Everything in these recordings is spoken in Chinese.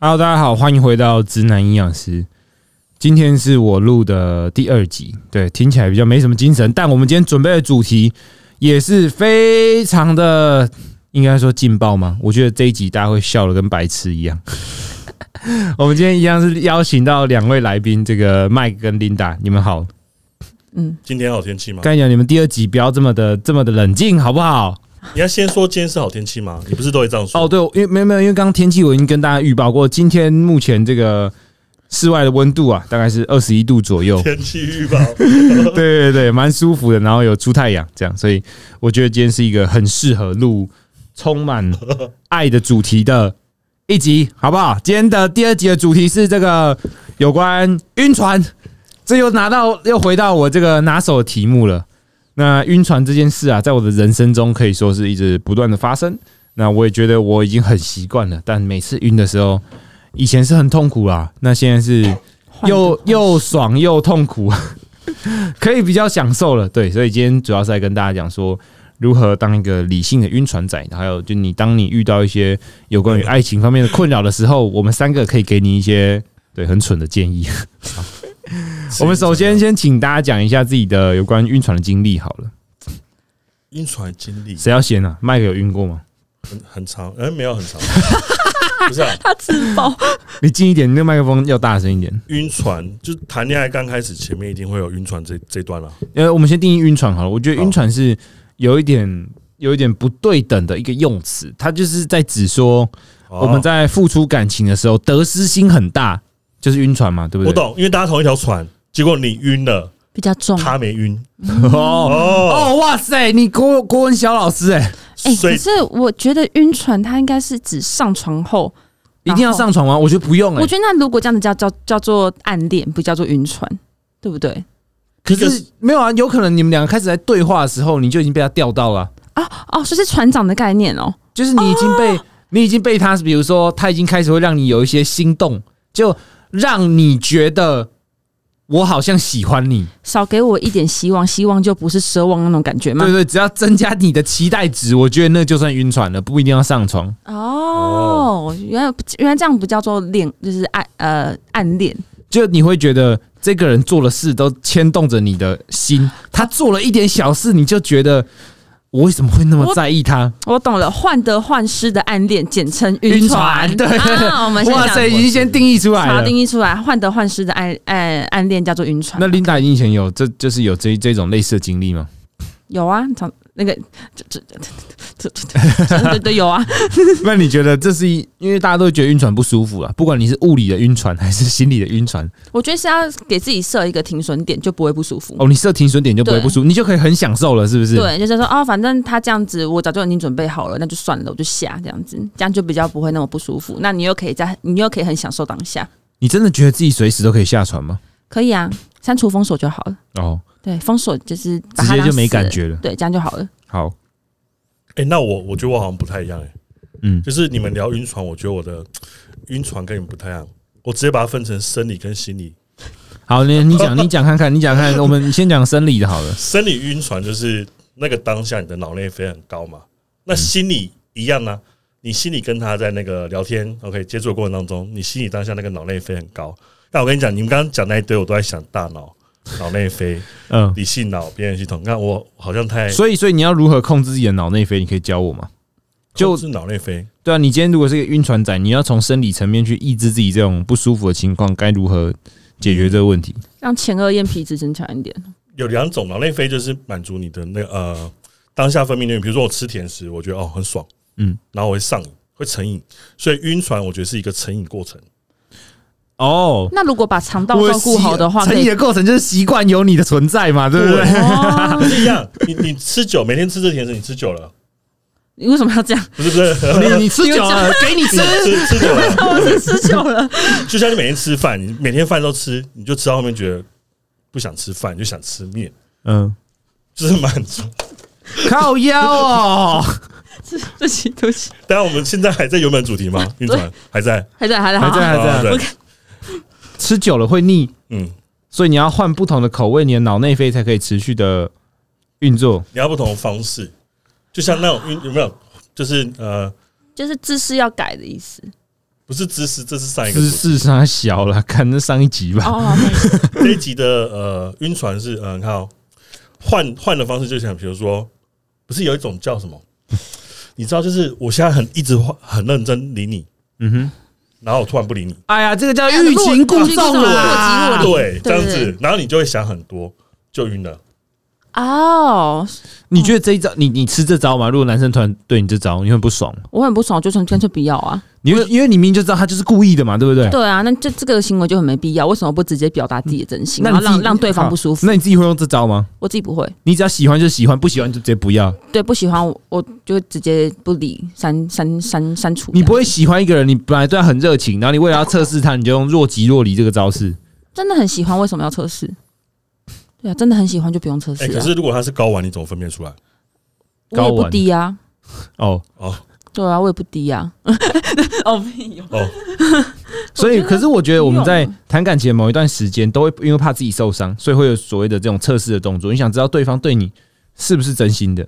Hello，大家好，欢迎回到直男营养师。今天是我录的第二集，对，听起来比较没什么精神，但我们今天准备的主题也是非常的，应该说劲爆吗？我觉得这一集大家会笑的跟白痴一样。 我们今天一样是邀请到两位来宾，这个麦克跟琳达，你们好。嗯，今天好天气吗？跟你讲，你们第二集不要这么的这么的冷静，好不好？你要先说今天是好天气吗？你不是都会这样说？。哦，对，我因为没有没有，因为刚刚天气我已经跟大家预报过，今天目前这个室外的温度啊，大概是二十一度左右 天气预报，对对对，蛮舒服的，然后有出太阳，这样，所以我觉得今天是一个很适合录充满爱的主题的一集，好不好？今天的第二集的主题是这个有关晕船，这又拿到又回到我这个拿手的题目了。那晕船这件事啊，在我的人生中可以说是一直不断的发生。那我也觉得我已经很习惯了，但每次晕的时候，以前是很痛苦啦，那现在是又又爽又痛苦，啊可以比较享受了。对，所以今天主要是来跟大家讲说，如何当一个理性的晕船仔，还有就你当你遇到一些有关于爱情方面的困扰的时候，我们三个可以给你一些对很蠢的建议。 我们首先先请大家讲一下自己的有关于晕船的经历好了，晕船经历谁要先啊？麦克有晕过吗？很很长，哎、没有很长，不是啊，他自爆， 你近一点，你那个麦克风要大声一点。晕船就谈恋爱刚开始前面一定会有晕船这这段啦、啊呃，我们先定义晕船好了。我觉得好晕船是有一点有一点不对等的一个用词，它就是在指说哦我们在付出感情的时候得失心很大，就是晕船嘛，对不我对？懂，因为大家同一条船，结果你晕了， 比较重。他没晕我懂 哦哦，哦，哇塞，你国国文小老师哎、哎、所可以是我觉得晕船，它应该是指上床后。一定要上床吗？我觉得不用哎、我觉得那如果这样子叫叫叫做暗恋，不叫做晕船，对不对？可一个是没有啊，有可能你们两个开始在对话的时候，你就已经被他钓到了啊，啊哦，所以是船长的概念哦。就是你已经被、你已经被他，比如说他已经开始会让你有一些心动，就让你觉得我好像喜欢你。少给我一点希望，希望就不是奢望那种感觉吗对？对，只要增加你的期待值，我觉得那就算晕船了，不一定要上床。哦，原来原来这样不叫做恋，就是暗呃暗恋。就你会觉得这个人做的事都牵动着你的心，他做了一点小事，你就觉得我为什么会那么我在意他？我懂了，患得患失的暗恋，简称晕船。船对啊，我们先哇讲塞，已经先定义出来查了定。义出来，患得患失的暗暗暗恋叫做晕船。那琳达你以前有这就是有这这种类似的经历吗？有啊，长那个这这这这这这对对有啊，那你觉得这是一，因为大家都觉得晕船不舒服啊，不管你是物理的晕船还是心理的晕船，我觉得是要给自己设一个停损点，就不会不舒服。哦，你设停损点就不会不舒服，你就可以很享受了，是不是？对，就是说哦，反正他这样子，我早就已经准备好了，那就算了，我就下这样子，这样就比较不会那么不舒服。那你又可以在，你又可以很享受当下，你真的觉得自己随时都可以下船吗？可以啊，删除封锁就好了。哦，对，封锁就是把直它接当就没死人感，觉了。对，这样就好了。好，哎、那我我觉得我好像不太一样哎、嗯，就是你们聊晕船，我觉得我的嗯晕船跟你们不太一样，我直接把它分成生理跟心理。好，你你讲，你讲看看，你讲看，我们先讲生理的好了。生理晕船就是那个当下你的脑内啡很高嘛，那心理一样啊。你心里跟他在那个聊天，OK 接触的过程当中，你心里当下那个脑内啡很高。那我跟你讲，你们刚刚讲那一堆，我都在想大脑、脑内啡、 嗯，理性脑、边缘系统。那我好像太所以所以你要如何控制自己的脑内啡？你可以教我吗？就就是脑内啡，对啊，你今天如果是一个晕船仔，你要从生理层面去抑制自己这种不舒服的情况，该如何解决这个问题？让前额叶皮质增强一点，有两种脑内啡，就是满足你的那个呃当下分泌的，比如说我吃甜食，我觉得哦很爽，嗯，然后我会上瘾，会成瘾，所以晕船我觉得是一个成瘾过程。哦，那如果把肠道照顾好 的话，可成瘾以的过程就是习惯有你的存在嘛，对不对？哦，不是一样，你你吃酒，每天吃这甜食，你吃久了，你为什么要 这样？不是不是，你你吃久了，给你吃你。 吃吃久了，我是吃久了，就像你每天吃饭，你每天饭都吃，你就吃到后面觉得不想吃饭，你就想吃面， 嗯，就是满足。靠腰哦， 对不起，对不起，当然，我们现在还在原本 主题吗？晕船还在，还在，还在，还在好还啊在，对 OK 吃久了会腻，嗯，所以你要换不同的口味，你的脑内啡才可以持续的运作。你要不同的方式，就像那种晕有没有？就是呃，就是姿势要改的意思。不是知识，这是上一个姿主势题上小了，看那上一集吧。 哦，这一集的呃晕船是呃，你看哦，换换的方式就想，比如说，不是有一种叫什么？你知道，就是我现在很一直很认真理你，嗯哼，然后我突然不理你，哎呀，这个叫欲擒故纵啦。啊对对，这样对子，然后你就会想很多，就晕了。哦，你觉得这一招，你你吃这招吗？如果男生突然对你这招，你会不爽吗？我很不爽，就算干脆不要啊。你会因为你明明就知道他就是故意的嘛，对不对？对啊，那这这个行为就很没必要，为什么不直接表达自己的真心，那然你后自己让让对方不舒服那？你自己会用这招吗？我自己不会，你只要喜欢就喜欢，不喜欢就直接不要。对不喜欢我我就会直接不理，删删删删除。你不会喜欢一个人，你本来对他很热情，然后你为了要测试他，你就用若即若离这个招式。真的很喜欢，为什么要测试？对啊，真的很喜欢就不用测试哎，可啊。是如果他是睾丸，你怎么分辨出来？我也不低啊，哦，哦对啊，我也不低啊。哦，屁哦 哦，所以我觉得可是我觉得我们在不用谈感情的某一段时间，都会因为怕自己受伤，所以会有所谓的这种测试的动作。你想知道对方对你是不是真心的？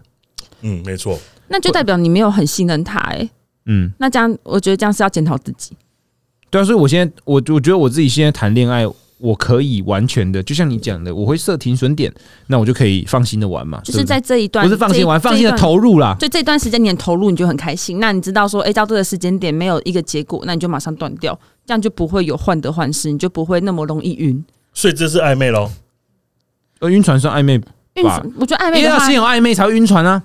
嗯，没错，那就代表你没有很信任他哎、嗯，那这样，我觉得这样是要检讨自己。对啊。所以我现在我我觉得我自己现在谈恋爱，我可以完全的，就像你讲的，我会设停损点，那我就可以放心的玩嘛。就对是不对在这一段，不是放这一心玩，放心的。这一段投入啦。就这段时间你很投入，你就很开心。那你知道说，哎、到这个时间点没有一个结果，那你就马上断掉，这样就不会有患得患失，你就不会那么容易晕。所以这是暧昧喽。呃，晕船算暧昧，晕吧，我觉得暧昧因为的要话，先有暧昧才会晕船啊。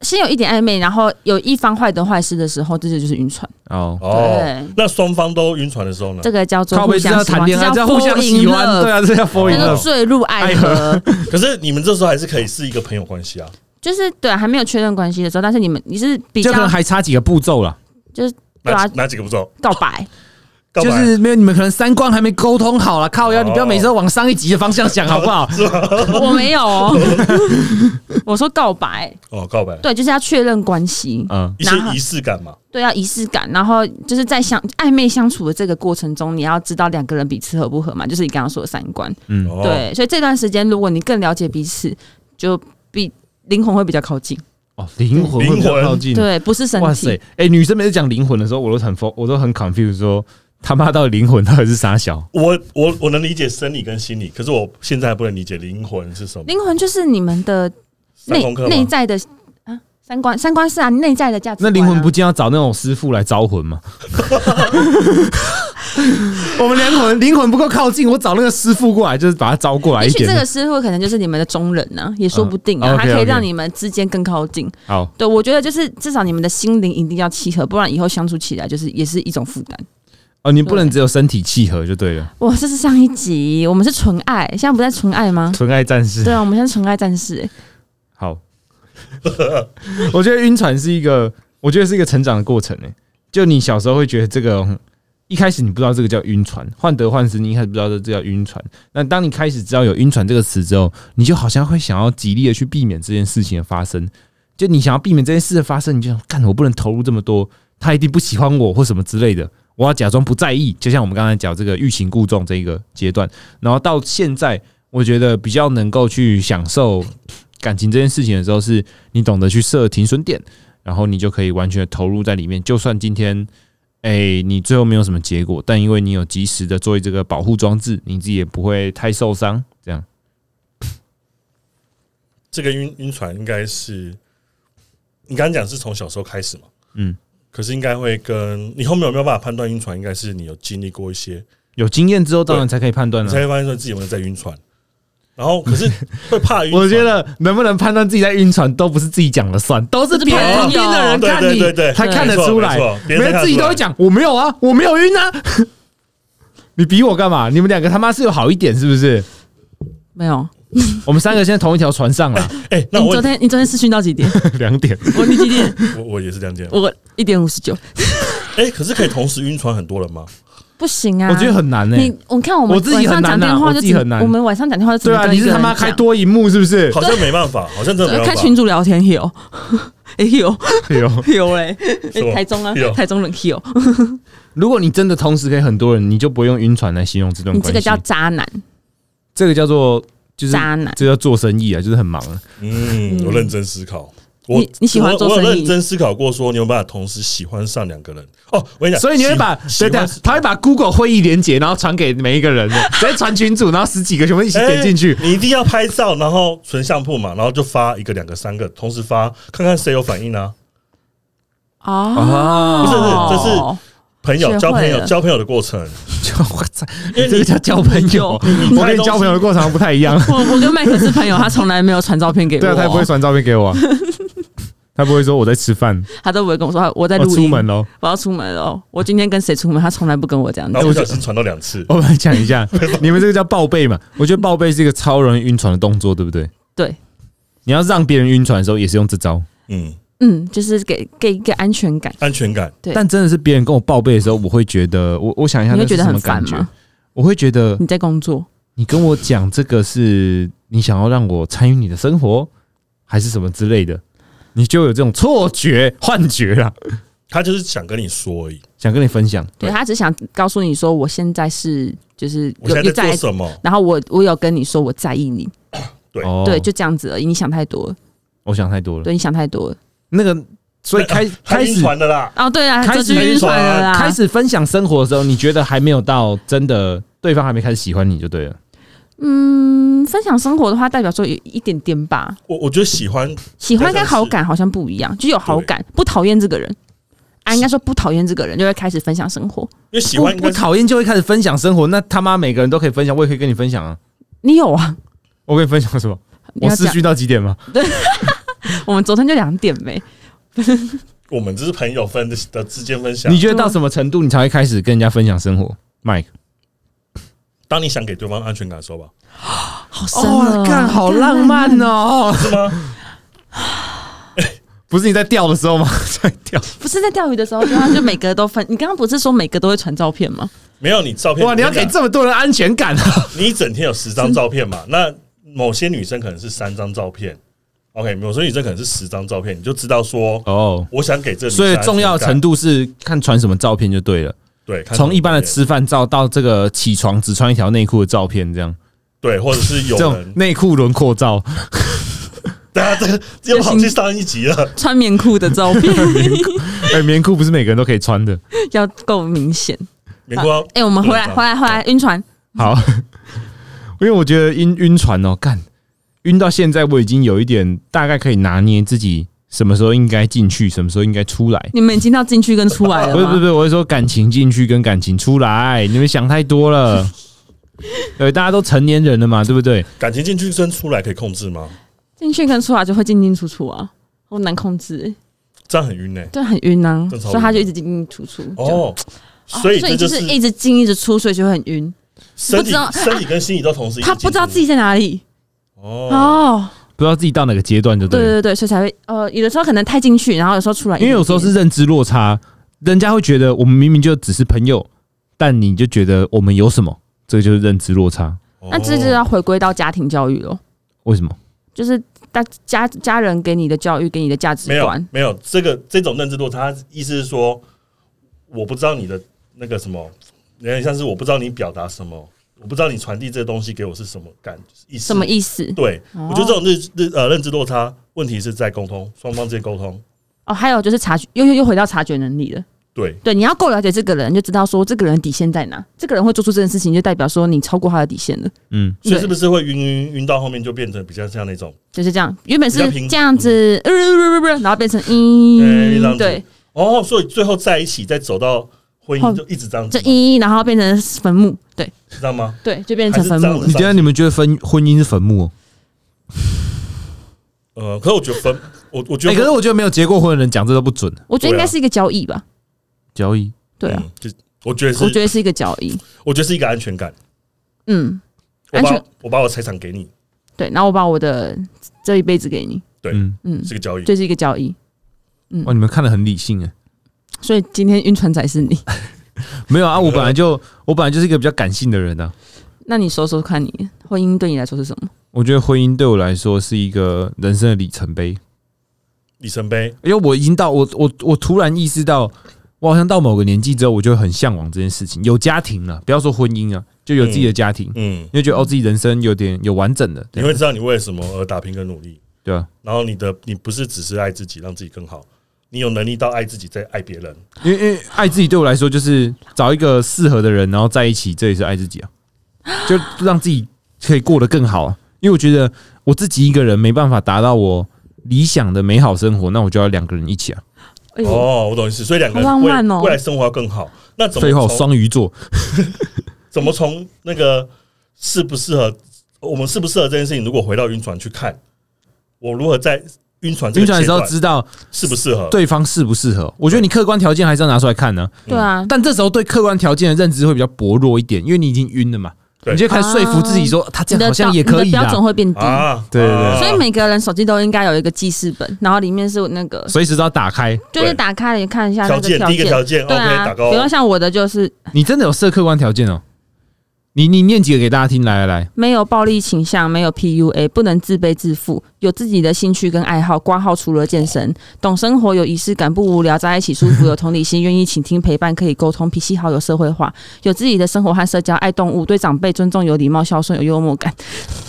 先有一点暧昧，然后有一方坏得坏失的时候，这就就是晕船。哦，哦，对，那双方都晕船的 时候呢？这个叫做嗯靠互背是相要喜谈欢，恋爱，这这叫要互相 fall 喜 in 欢， love 对啊，这叫 fall in 叫 love 做。坠入爱爱河河。可是你们这时候还是可以是一个朋友关系啊。就是对啊，还没有确认关系的时候，但是你们你是比就较可能还差几个步骤啦，对啊哪哪几个步骤？告 白，告白就是没有你们可能三观还没沟通好了，靠腰，哦你不要每次都往上一集的方向想，好不好？我没有哦，我说告白，哦，告白，对，就是要确认关系，嗯，一些然后仪式感嘛。对，要仪式感，然后就是在相暧昧相处的这个过程中，你要知道两个人彼此合不合嘛，就是你刚刚说的三观，嗯哦，对，所以这段时间如果你更了解彼此，就比灵魂会比较靠近，哦，灵魂会比较靠近。对，不是身哇塞体，，哎，女生每次讲灵魂的时候，我都很疯，我都很 confused，说他妈到底灵魂到底是啥小？我我我能理解生理跟心理，可是我现在还不能理解灵魂是什么。灵魂就是你们的上内功课内吗？在的啊三观，三观是啊内在的价值那观灵啊、魂不就要找那种师傅来招魂吗？ 我们灵魂灵魂不够靠近，我找那个师傅过来，就是把他招过来也一许点这。个师傅可能就是你们的中人呢、也说不定嗯啊，他、 OK，OK 可以让你们之间更靠近。好，对，我觉得就是至少你们的心灵一定要契合，不然以后相处起来就是也是一种负担。哦，你不能只有身体契合就对了，哇，这是上一集，我们是纯爱，现在不在纯爱 吗？纯爱战士对。啊，我们现在纯爱战士、欸好， 我觉得晕船是一个，我觉得是一个成长的过程诶、欸就你小时候会觉得这个，嗯一开始你不知道这个叫晕船，患得患失，你一开始不知道这叫晕船。那当你开始知道有晕船这个词之后，你就好像会想要极力的去避免这件事情的发生。就你想要避免这件事的发生，你就想，干，我不能投入这么多，他一定不喜欢我或什么之类的。我要假装不在意，就像我们刚才讲这个欲擒故纵这一个阶段，然后到现在，我觉得比较能够去享受感情这件事情的时候，是你懂得去设停损点，然后你就可以完全地投入在里面。就算今天，哎、你最后没有什么结果，但因为你有及时的做这个保护装置，你自己也不会太受伤。这样，这个晕晕船应该是你刚刚讲是从小时候开始嘛？嗯，可是应该会跟你后面有没有办法判断晕船，应该是你有经历过一些，有经验之后，当然才可以判断你了、才会发现说自己有没有在晕船。然后可是会怕晕 船，我觉得能不能判断自己在晕船，都不是自己讲了算，都是别人都旁是边的人哦对看对你对对，才看得没错出来没错，别没人人才看得自己出都来会。讲我没有啊，我没有晕啊。 你比我干嘛？你们两个他妈是有好一点是不是？没有，我们三个现在同一条船上 了，哎，那你我昨问天你昨天试训到 几点？两点。我你几点？我我也是这样讲。我一点五十九，哎，可是可以同时晕船很多人吗？不行啊！我觉得很难呢、欸你我看我们我自己晚上很难啊讲电话我就自只己很难我们晚上讲电话就只对能啊，跟你一个是他人妈开讲多荧幕是不 是？好像没办法，好像真的 没办法。开群主聊天 h e l 哎 h e l 哎呦 h e l 嘞，什么哎台中啊有，台中人 h e l 如果你真的同时给很多人，你就不会用晕船来形容这段你关系。这个叫渣男，这个叫做就是渣男这叫做生意啊，就是很忙啊。嗯，我认真思考。我你你喜欢做我我有生意认真思考过，说你有没有办法同时喜欢上两个人？哦，我跟你讲，所以你会把喜对对喜欢，他会把 Google 会议连接，然后传给每一个人， 直接传群组，然后十几个全部一起点进去哎。你一定要拍照，然后存相簿嘛，然后就发一个、两个、三个，同时发，看看谁有反应啊。哦，哎啊不是不是这是朋友学会交朋友了交朋友的过程，就哦我操，这个叫交朋友，你我跟你交朋友的过程不太一样。我我跟麦克是朋友，他从来没有传照片给我，对啊，他也不会传照片给 我啊，他不会说我在吃饭，他都不会跟我说他我在我录哦音，出门喽。我要出门了，我今天跟谁出门，他从来不跟我这样子然。后不小心传到两次， 我来讲一下，你们这个叫报备嘛？我觉得报备是一个超容易晕船的动作，对不对？对，你要让别人晕船的时候，也是用这招。嗯，嗯，就是给给一个安全感，安全感，对但真的是别人跟我报备的时候，我会觉得，我我想一下，你那会是觉得什很么感烦觉吗？？我会觉得你在工作，你跟我讲这个是你想要让我参与你的生活，还是什么之类的，你就有这种错觉、幻觉啦，他就是想跟你说而已，想跟你分享。对他只想告诉你说，我现在是就是我有现有在在在做，什么？然后我我有跟你说我在意你，对哦对，就这样子而已。你想太多了，我想太多了。对你想太多了。那个，所以开他开晕始船的啦，哦，对啊，开这始就啊晕船了啦。开始分享生活的时候，你觉得还没有到真的对方还没开始喜欢你就对了。嗯，分享生活的话，代表说有一点点吧，我我觉得喜欢喜欢跟好感好像不一样，就有好对感，不讨厌这个人。啊，应该说不讨厌这个人，就会开始分享生活。因为喜不欢应不该是讨厌就会开始分享生活，那他妈每个人都可以分享，我也可以跟你分享啊。你有啊？我跟你分享什么？你我要失讲，去到几点吗？我们昨天就两点没。我们这是朋友分的的之间分享你。觉得到什么程度你才会开始跟人家分享生活？Mike，当你想给对方安全感的时候吧，好深哦，干好浪 漫哦！是吗？ 不是你在钓的时候吗？在 钓。不是在钓鱼的时候，就他就每个都分。你刚刚不是说每个都会传照片吗？没有你照片，哇，你要给我跟这么多人安全感啊！你讲你一整天有十张照片嘛？那某些女生可能是三张照片，OK，某些女生可能是十张照片，你就知道说哦，我想给这个女生所以重要安全感程度是看传什么照片就对了，对，看从一般的照片吃饭照到这个起床只穿一条内裤的照片，这样对，或者是有这种人，内裤轮廓照， 大家这个又跑去上一集 了，穿棉裤的照 片哎，棉裤不是每个人都可以穿的。要够明显。棉花哎、我们回来，对回来，回来，晕船。好， 因为我觉得晕晕船哦，干晕到现在，我已经有一点大概可以拿捏自己什么时候应该进去，什么时候应该出来。你们已经到进去跟出来了不是吗？不是不是，我是说感情进去跟感情出来，你们想太多了。对，大家都成年人了嘛，对不对？感情进去跟出来可以控制吗？进去跟出来就会进进出出啊，好难控制、欸，这样很晕呢、对，很晕啊，正常所以他就一直进进出出。这样，哦，所以所这以就就是是一直进一直出，所以就会很晕。身不体知道身体跟心理都同时一起他不知道进自己在哪里入哦，哦，不知道自己到哪个阶段就对对了，对对，所以才会呃，有的时候可能太进去，然后有时候出来一因点点，为有时候是认知落差，人家会觉得我们明明就只是朋友，但你就觉得我们有什么，这个就是认知落差。那这就哦要回归到家庭教育了，为什么？就是大家家人给你的教育，给你的价值没有观。没有这个这种认知落差，意思是说我不知道你的那个什么，有点像是我不知道你表达什么，我不知道你传递这个东西给我是什么感意思什么意思？对，哦我觉得这种认认呃认知落差问题是在沟通，双方之间沟通。哦，还有就是察觉，又又又回到察觉能力了。对，对，你要够了解这个人，就知道说这个人的底线在哪。这个人会做出这件事情，就代表说你超过他的底线了，嗯，所以对是不是会晕晕晕到后面就变成比较像那种就是这样。原本是比较平嗯这样子，呃呃呃呃然后变成哎这样咦，子对，哦，所以最后在一起再走到婚后姻就一直这样子这吗，咦，然后变成坟墓，对知道吗？对，就变成坟还墓是这了你样。觉得你们觉得婚婚姻是坟墓、哦？呃，可是我觉得分，我我觉哎、得可是我觉得没有结过婚的人讲这都不准。我觉得应对该啊是一个交易吧，交易对啊，嗯就我觉得是，我觉得是一个交易，我觉得是一个安全感。嗯，我安把全我把我财产给你，对。然后我把我的这一辈子给你，对嗯，嗯，是个交易。这是一个交易。哇，你们看得很理性哎。所以今天晕船仔是你，没有啊，我本来就我本来就是一个比较感性的人啊。那你说说看你婚姻对你来说是什么？我觉得婚姻对我来说是一个人生的里程碑，里程碑，因为我已经到我我我突然意识到，我好像到某个年纪之后，我就很向往这件事情，有家庭了、不要说婚姻啊，就有自己的家庭，嗯，你就觉得哦，自己人生有点有完整的。你会知道你为什么而打拼跟努力。对啊，然后你的你不是只是爱自己，让自己更好，你有能力到爱自己，再爱别人。因为因为爱自己对我来说就是找一个适合的人，然后在一起，这也是爱自己啊，就让自己可以过得更好啊。因为我觉得我自己一个人没办法达到我理想的美好生活，那我就要两个人一起啊。哎呦，哦，我懂意思，所以两个好人浪未漫哦未来生活要更好。那怎废话，么我从双鱼座，怎么从那个适不适合我们适不适合这件事情，如果回到晕船去看，我如何在晕船这晕个船的阶时候段知道适不适合？对方适不适合。我觉得你客观条件还是要拿出来看呢、嗯对啊，但这时候对客观条件的认知会比较薄弱一点，因为你已经晕了嘛，对你就开始说服自己说他这你样的好像标也啊你可的以标准啦，会变低，啊，对对对啊所以每个人手机都应该有一个记事本，然后里面是那个，随时都要打开。就是对打开了看一下那条个件第一个条件对 OK 啊，打勾哎比，如像我的就是你真的有设客观条件哦？你你念几个给大家听？来来来，没有暴力倾向，没有 PUA，不能自卑自负，有自己的兴趣跟爱好，挂号除了健身，懂生活，有仪式感，不无聊，在一起舒服，有同理心，愿意倾听陪伴，可以沟通，脾气好，有社会化，有自己的生活和社交，爱动物，对长辈尊重，有礼貌，孝顺，有幽默感，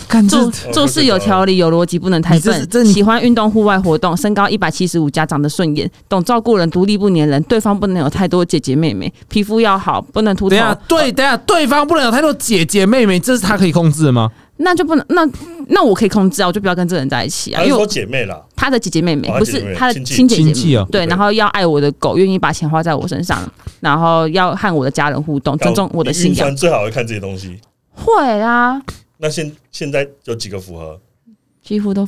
看这做哦做事有条理，有逻辑，不能太你这是这笨，你喜欢运动、户外活动，身高一百七十五加，长得顺眼，懂照顾人，独立不粘人，对方不能有太多姐姐妹妹，皮肤要好，不能秃头等一，下对，等一下对方不能有太多姐姐妹妹，这是他可以控制的吗？那就不能那那我可以控制啊，我就不要跟这个人在一起啊，还因是为我说姐妹啦，他的姐姐妹妹，哦不姐姐妹是妹他的亲戚亲姐亲戚姐妹哦，对，对然后要爱我的狗，愿意把钱花在我身上，然后要和我的家人互动，尊重我的你信晕仰，船最好会看这些东西。会啊，那现现在有几个符合？几乎都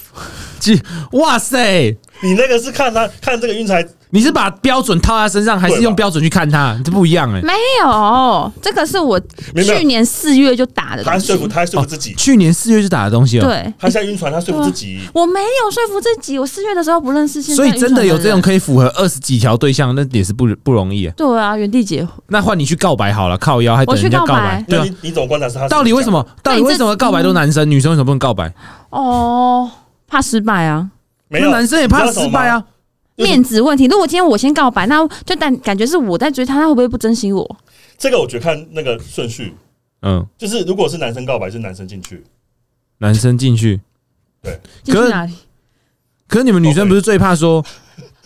即哇塞，你那个是看他看这个晕船，你是把标准套在他身上，还是对吧用标准去看他？这不一样哎、没有，这个是我没有没有去年四月就打的他东还西说，服他还说服自己，去年四月就打的东西哦、对。他现在晕船，他说服自己。我没有说服自己，我四月的时候不认识现在所以真的有这种晕船人。可以符合二十几条对象，那也是不不容易、欸。对啊，原地结婚，那换你去告白好了，靠腰还等人家我去告告白白，对啊那你。你怎么观察是他？到底为什？么？到底为什么告白都男生，女生为什么不能告白？哦，怕失败啊，没那有男生也怕失败！啊。为什么面子问题。如果今天我先告白，那就感感觉是我在追他，他会不会不珍惜我？你知道为什么吗这个我觉得看那个顺序，嗯，就是如果是男生告白，是男生进去，男生进去，进可去是哪里？可是你们女生不是最怕说，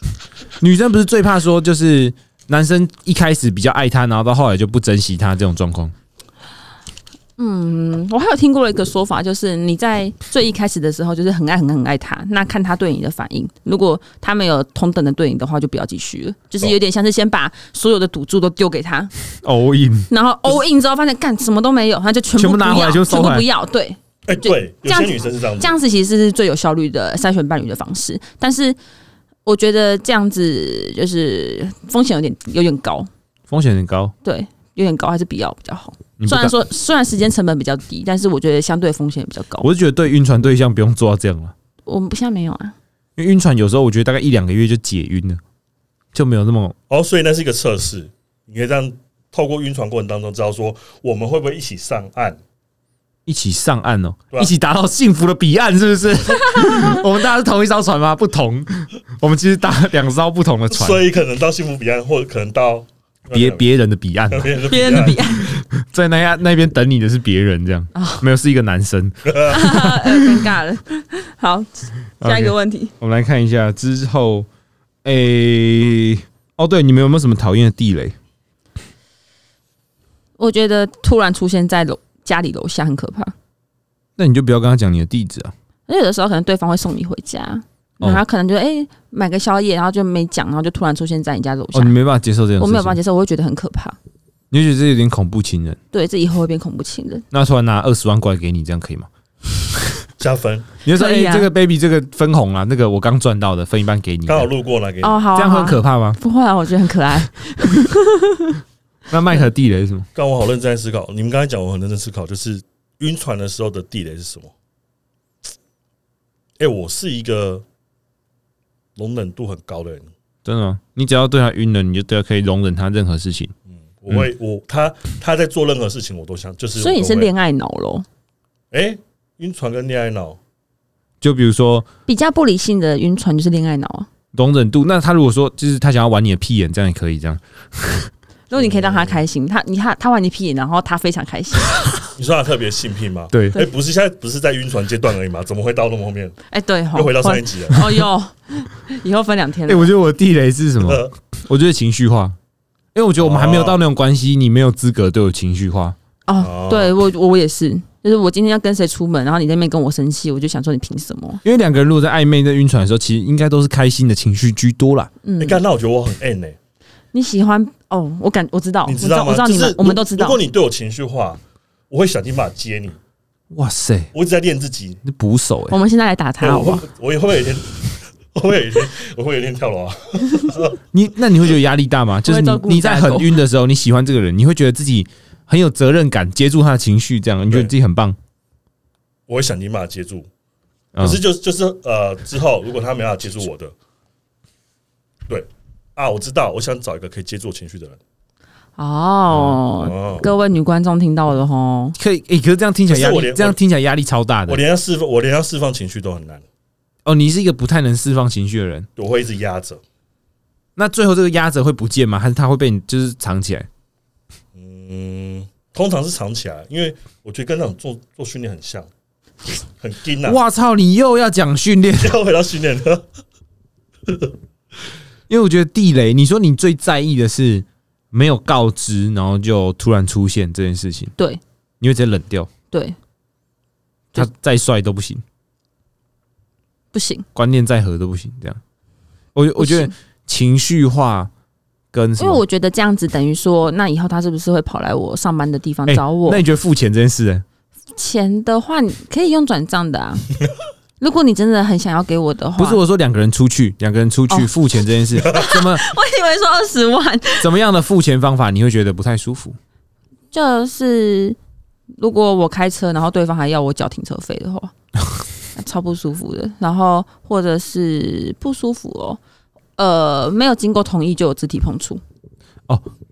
女生不是最怕说，就是男生一开始比较爱她，然后到后来就不珍惜她这种状况。嗯，我还有听过一个说法，就是你在最一开始的时候，就是很爱很爱很爱他，那看他对你的反应。如果他没有同等的对你的话，就不要继续了。就是有点像是先把所有的赌注都丢给他，哦 in，然后 all in 之后发现干什么都没有，他就全部全部不拿回来要就收全部回来不要。对，哎，对，这有样些子女生是这样子这，样子其实是最有效率的筛选伴侣的方式，但是我觉得这样子就是风险有点有点高，风险很高，对，有点高，还是比较比较好。你不虽敢然。说虽然时间成本比较低，但是我觉得相对风险也比较 高。我是觉得对晕船对象不用做到这样了，我们现在没有啊，因为晕船有时候我觉得大概一两个月就解晕了，就没有那么哦，所以那是一个测试，你可以这样透过晕船过程当中知道说我们会不会一起上岸。一起上岸哦，对啊一起达到幸福的彼岸，是不 是？我们大家是同一艘船吗？不同，我们其实搭两艘不同的船，所以可能到幸福彼岸，或者可能到呃别别人的彼岸，别人的别人的彼岸，在那呀那边等你的是别人，这样哦没有是一个男生。呃尴尬 了。好，下一 OK 个问题，我们来看一下之后，诶、哦，对，你们有没有什么讨厌的地雷？我觉得突然出现在楼家里楼下很可怕，那你就不要跟他讲你的地址啊。而且有的时候可能对方会送你回家，哦然后可能就哎、买个宵夜，然后就没讲，然后就突然出现在你家楼下哦，你，没办法接受这种事情，啊我没有办法接受，我会觉得很可怕。你就觉得这有点恐怖情人。对，这以后会变恐怖情人。那突然拿二十万过来给你，这样可以吗？加分，你就说，可哎、以啊这个 baby，这个分红啊，那个我刚赚到的，分一半给你，刚好这路过来给你。哦，好啊、样会好很啊可怕吗？不会啊，我觉得很可爱。那麦克地雷是什么？刚我好认真在思考，你们刚才讲我很认真思考，就是晕船的时候的地雷是什么？哎、我是一个容忍度很高的人，真的吗？你只要对他晕了，你就对他可以容忍他任何事情。我会、我他他在做任何事情我都想， 就是嗯所以你是恋恋爱脑咯，哎晕船跟恋爱脑，就比如说比较不理性的晕船就是恋爱脑啊。容忍度，那他如果说就是他想要玩你的屁眼，这样也可以，这样如果你可以让他开心，他你他他玩你屁眼，然后他非常开心，你说他特别性癖吗？对，哎，不是，现在不是在晕船阶段而已吗？怎么会到那么后面？ 哎、对吼，又回到上一集了。 哦哟，以后分两天哎、了。我觉得我地雷是什么？呃我觉得情绪化，因为我觉得我们还没有到那种关系，你没有资格对我情绪化。哦，对我我我也是，就是我今天要跟谁出门，然后你在那边跟我生气，我就想说你凭什么？因为两个人如果在暧昧、在晕船的时候，其实应该都是开心的情绪居多啦。嗯你哎看，那我觉得我很 N 呢，你喜欢哦，我感我知道，你知道吗？我知道我知道就你是们，我们都知道如果。你对我情绪化，我会想尽办法接你。哇塞，我一直在练自己，你捕手哎、我们现在来打哎他好我不会好？不我也会不会有一天，我会有一天，我会有一天跳楼啊！你那你会觉得压力大吗？就是你照顾你在家狗很晕的时候，你喜欢这个人，你会觉得自己很有责任感，接住他的情绪，这样你觉得对自己很棒。我会想尽办法接住。嗯可是就就是呃，之后如果他没办法接住我的，对啊，我知道，我想找一个可以接住我情绪的人。哦，哦，各位女观众听到了吼，可以，诶、可是这样听起来压可是我力，连这样听起来压力超大我的。连要释放，我连要释放情绪都很难，哦，你是一个不太能释放情绪的人。我会一直压着。那最后这个压着会不见吗？还是他会被你就是藏起来？嗯，通常是藏起来，因为我觉得跟那种做做训练很像，很硬啊。哇操！你又要讲训练，要回到训练了，因为我觉得地雷，你说你最在意的是没有告知，然后就突然出现这件事情，对你会直接冷掉。对，他再帅都不行，不行，观念再合都不行。这样，我我觉得不行情绪化跟什因为么？我觉得这样子等于说，那以后他是不是会跑来我上班的地方哎找我？那你觉得付钱这件事、欸呢？钱的话，你可以用转账的啊。 如果你真的很想要给我的话，不是我说两个人出去，两个人出去哦付钱这 件事，怎么我以为说二十万，怎么样的付钱方法你会觉得不太舒服？就是如果我开车，然后对方还要我缴停车费的话， 超不舒服的。然后或者是不舒服哦，呃，没有经过同意就有肢体碰触，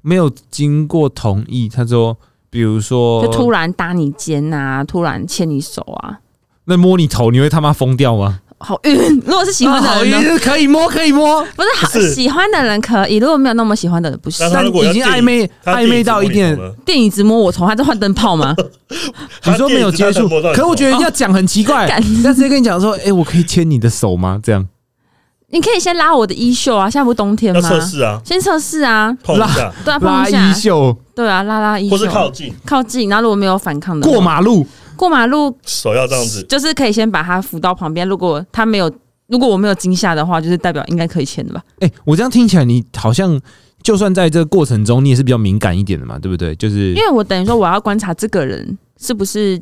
没有经过同意，他说，比如说，就突然搭你肩啊，突然牵你手啊，那摸你头，你会他妈疯掉吗？好晕。 如果是喜欢啊的好人呢，晕，可以摸，可以摸。不是好不是喜欢的人可以，如果没有那么喜欢的人不行但。他但如果要已经电暧昧他暧昧到一点电影怎么了电影直摸我头，他在换灯泡 吗？你说没有接触，可是我觉得哦要讲很奇怪干，那直接跟你讲说，哎，我可以牵你的手吗？这样你可以先拉我的衣袖啊，现在不是冬天要吗？测试啊，先测试啊，碰一下，对啊，碰拉一下衣，袖对啊，拉拉衣袖，或是靠近，靠近，然后如果没有反抗的话过马路，过马路，手要这样子，就是可以先把他扶到旁边。如果他没有，如果我没有惊吓的话，就是代表应该可以签的吧？哎，我这样听起来你好像。就算在这个过程中，你也是比较敏感一点的嘛，对不对？就是因为我等于说我要观察这个人是不是，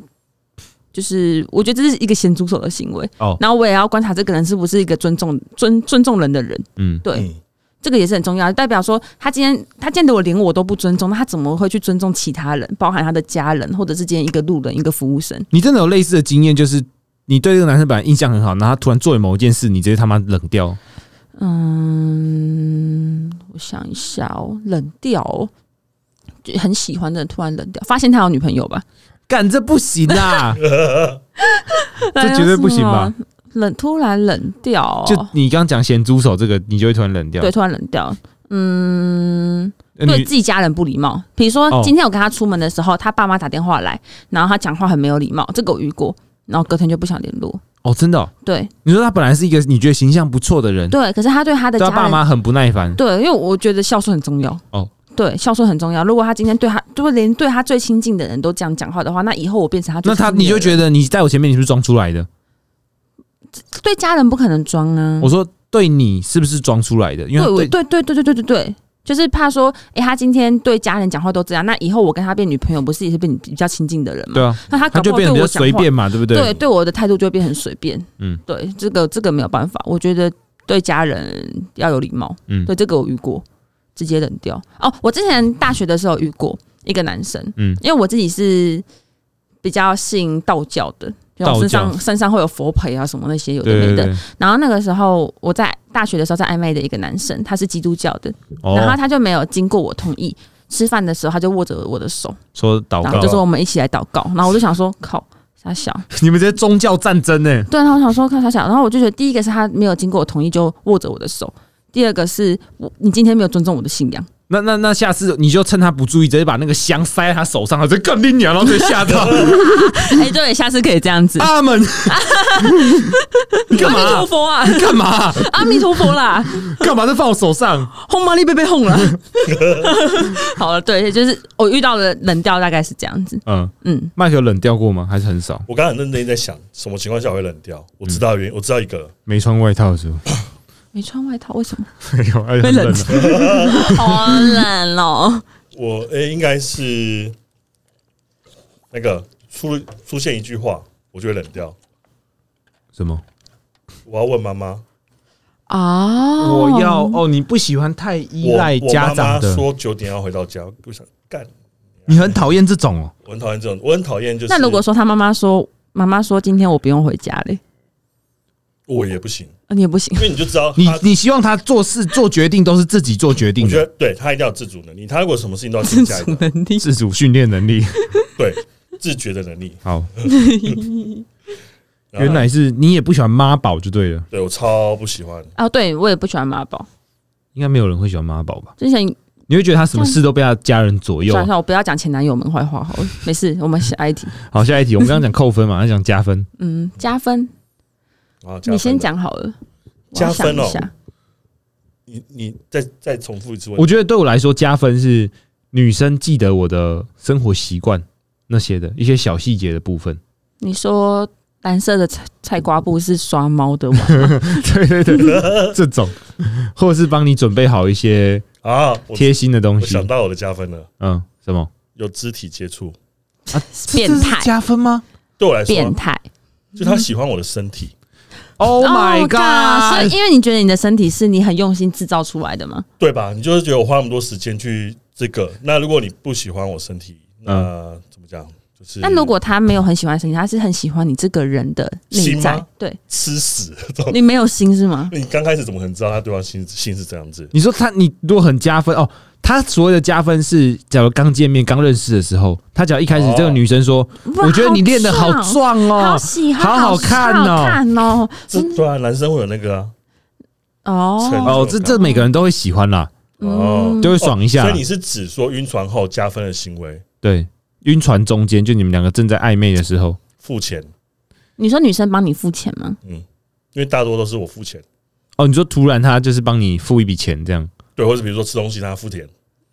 就是我觉得这是一个咸猪手的行为。哦然后我也要观察这个人是不是一个尊重尊尊重人的人，嗯，对。嗯，这个也是很重要，代表说他今天他见得我连我都不尊重，那他怎么会去尊重其他人，包含他的家人，或者是今天一个路人、一个服务生？你真的有类似的经验，就是你对这个男生本来印象很好，然后他突然做了某一件事，你直接他妈冷掉。嗯，我想一下哦，冷掉、哦，就很喜欢的人突然冷掉，发现他有女朋友吧？干这不行啊！哎呀绝对不行吧？什么冷突然冷掉、 哦，就你刚刚讲咸猪手这个，你就会突然冷掉。对，突然冷掉。嗯，呃，对你自己家人不礼貌。比如说哦，今天我跟他出门的时候，他爸妈打电话来，然后他讲话很没有礼貌，这个我遇过，然后隔天就不想联络。哦，真的哦、对，你说他本来是一个你觉得形象不错的人，对，可是他对他的嗯对家他人，爸妈很不耐烦。对，因为我觉得孝顺很重要。哦，对，孝顺很重要。如果他今天对他，就连对他最亲近的人都这样讲话的话，那以后我变成他最那他亲近你的就人嗯觉得你在我前面你是不是装出来的？对家人不可能装啊。我说对你是不是装出来的？哦因对，我为对对对对对对对对。就是怕说，诶，他今天对家人讲话都这样，那以后我跟他变女朋友，不是也是变比较亲近的人吗？对啊，那嗯他他搞不就好变得对比我较讲随话，便嘛，对不对？对对我的态度就会变很随便。嗯嗯，对，这个这个没有办法，我觉得对家人要有礼貌。嗯对，这个我遇过，直接冷掉。哦，我之前大学的时候遇过一个男生，嗯嗯，因为我自己是比较信道教的，就道教我身上身上会有佛牌啊什么那些有的对没对的。对，然后那个时候我在大学的时候在暧昧的一个男生，他是基督教的，然哦，后他就没有经过我同意。吃饭的时候，他就握着我的手，说祷然后告就，说我们一起来祷告。然后我就想说，靠，傻小，你们这些宗教战争呢、对，然后我想说看他想，然后我就觉得第一个是他没有经过我同意就握着我的手，第二个是我你今天没有尊重我的信仰，那那那下次你就趁他不注意，直接把那个香塞在他手上，他就更拎娘，然后就吓 到 哎，对，下次可以这样子。阿门。你干阿嘛？弥陀佛啊，干嘛？ 阿弥陀佛啦，干嘛在放我手上？轰玛丽被被轰了。 好了，对，就是我遇到的冷调大概是这样子。嗯，嗯，麦克有冷掉过吗？还是很少？我刚才很认真在想，什么情况下我会冷掉？我知道原因，我知道一个，没穿外套的时候， 没穿外套为什么？没有，而且被很冷冷。 好冷哦。我诶、应该是那个出出现一句话，我就会冷掉。什么？我要问妈妈，啊，我要哦，你不喜欢太依我赖我家妈妈长的，说九点要回到家，我想干，你很讨厌这种哦。我很讨厌这种，我很讨厌就是。那如果说他妈妈说，妈妈说今天我不用回家嘞，我也不行，啊你也不行因为你就知道你他，你希望他做事做决定都是自己做决定我觉的，得对他一定要有自主能力，他如果什么事情都要自自 己加一主个，能力。自主训练能力。对自觉的能力。 好，然后原来是你也不喜欢妈宝就对了，对我超不喜欢，啊，对我也不喜欢妈宝。应该没有人会喜欢妈宝吧？之前你会觉得他什么事都被他家人左右啊算了算。了，我不要讲前男友们坏话好了，没事，我们下一题。好，下一题，我们刚刚讲扣分 嘛，那讲加分，嗯，加分，然啊后加分你先了，讲好了。我加要想分一哦下你你再再重复一次问我觉得对我来说加分是女生记得我的生活习惯那些的一些小细节的部分。 你说蓝色的菜菜瓜布是刷猫的碗，对对对，这种，或者是帮你准备好一些 啊，我贴心的东我西想。到我的加分了，嗯，什么？有肢体接触，变这态是加分吗对我来说啊变态。就他喜欢我的身体， ？Oh 哦 my 干所以 god！因为你觉得你的身体是你很用心制造出来的吗？对吧？你就是觉得我花那么多时间去这个，那如果你不喜欢我身体，嗯那怎么讲？就是那如果他没有很喜欢身体，他是很喜欢你这个人的内心在吗，对吃屎， 你没有心是吗？你刚开始怎么可能知道他对方心心是这样子？你说他，你如果很加分哦，他所谓的加分是，假如刚见面、刚认识的时候，他只要一开始哦这个女生说，哇我觉得你练的好好壮壮好哦，喜好好好看哦好看哦，这对啊，男生会有那个啊，哦，成嗯哦，这这每个人都会喜欢啦，哦就会爽一下所啦以。你是指说晕船后加分的行为对，晕船中间就你们两个正在暧昧的时候，付钱，因你说女生帮你付钱吗？为大多都是我付钱，哦，你说突然他就是帮你付一笔钱这样，对，或者比如说吃东西他付钱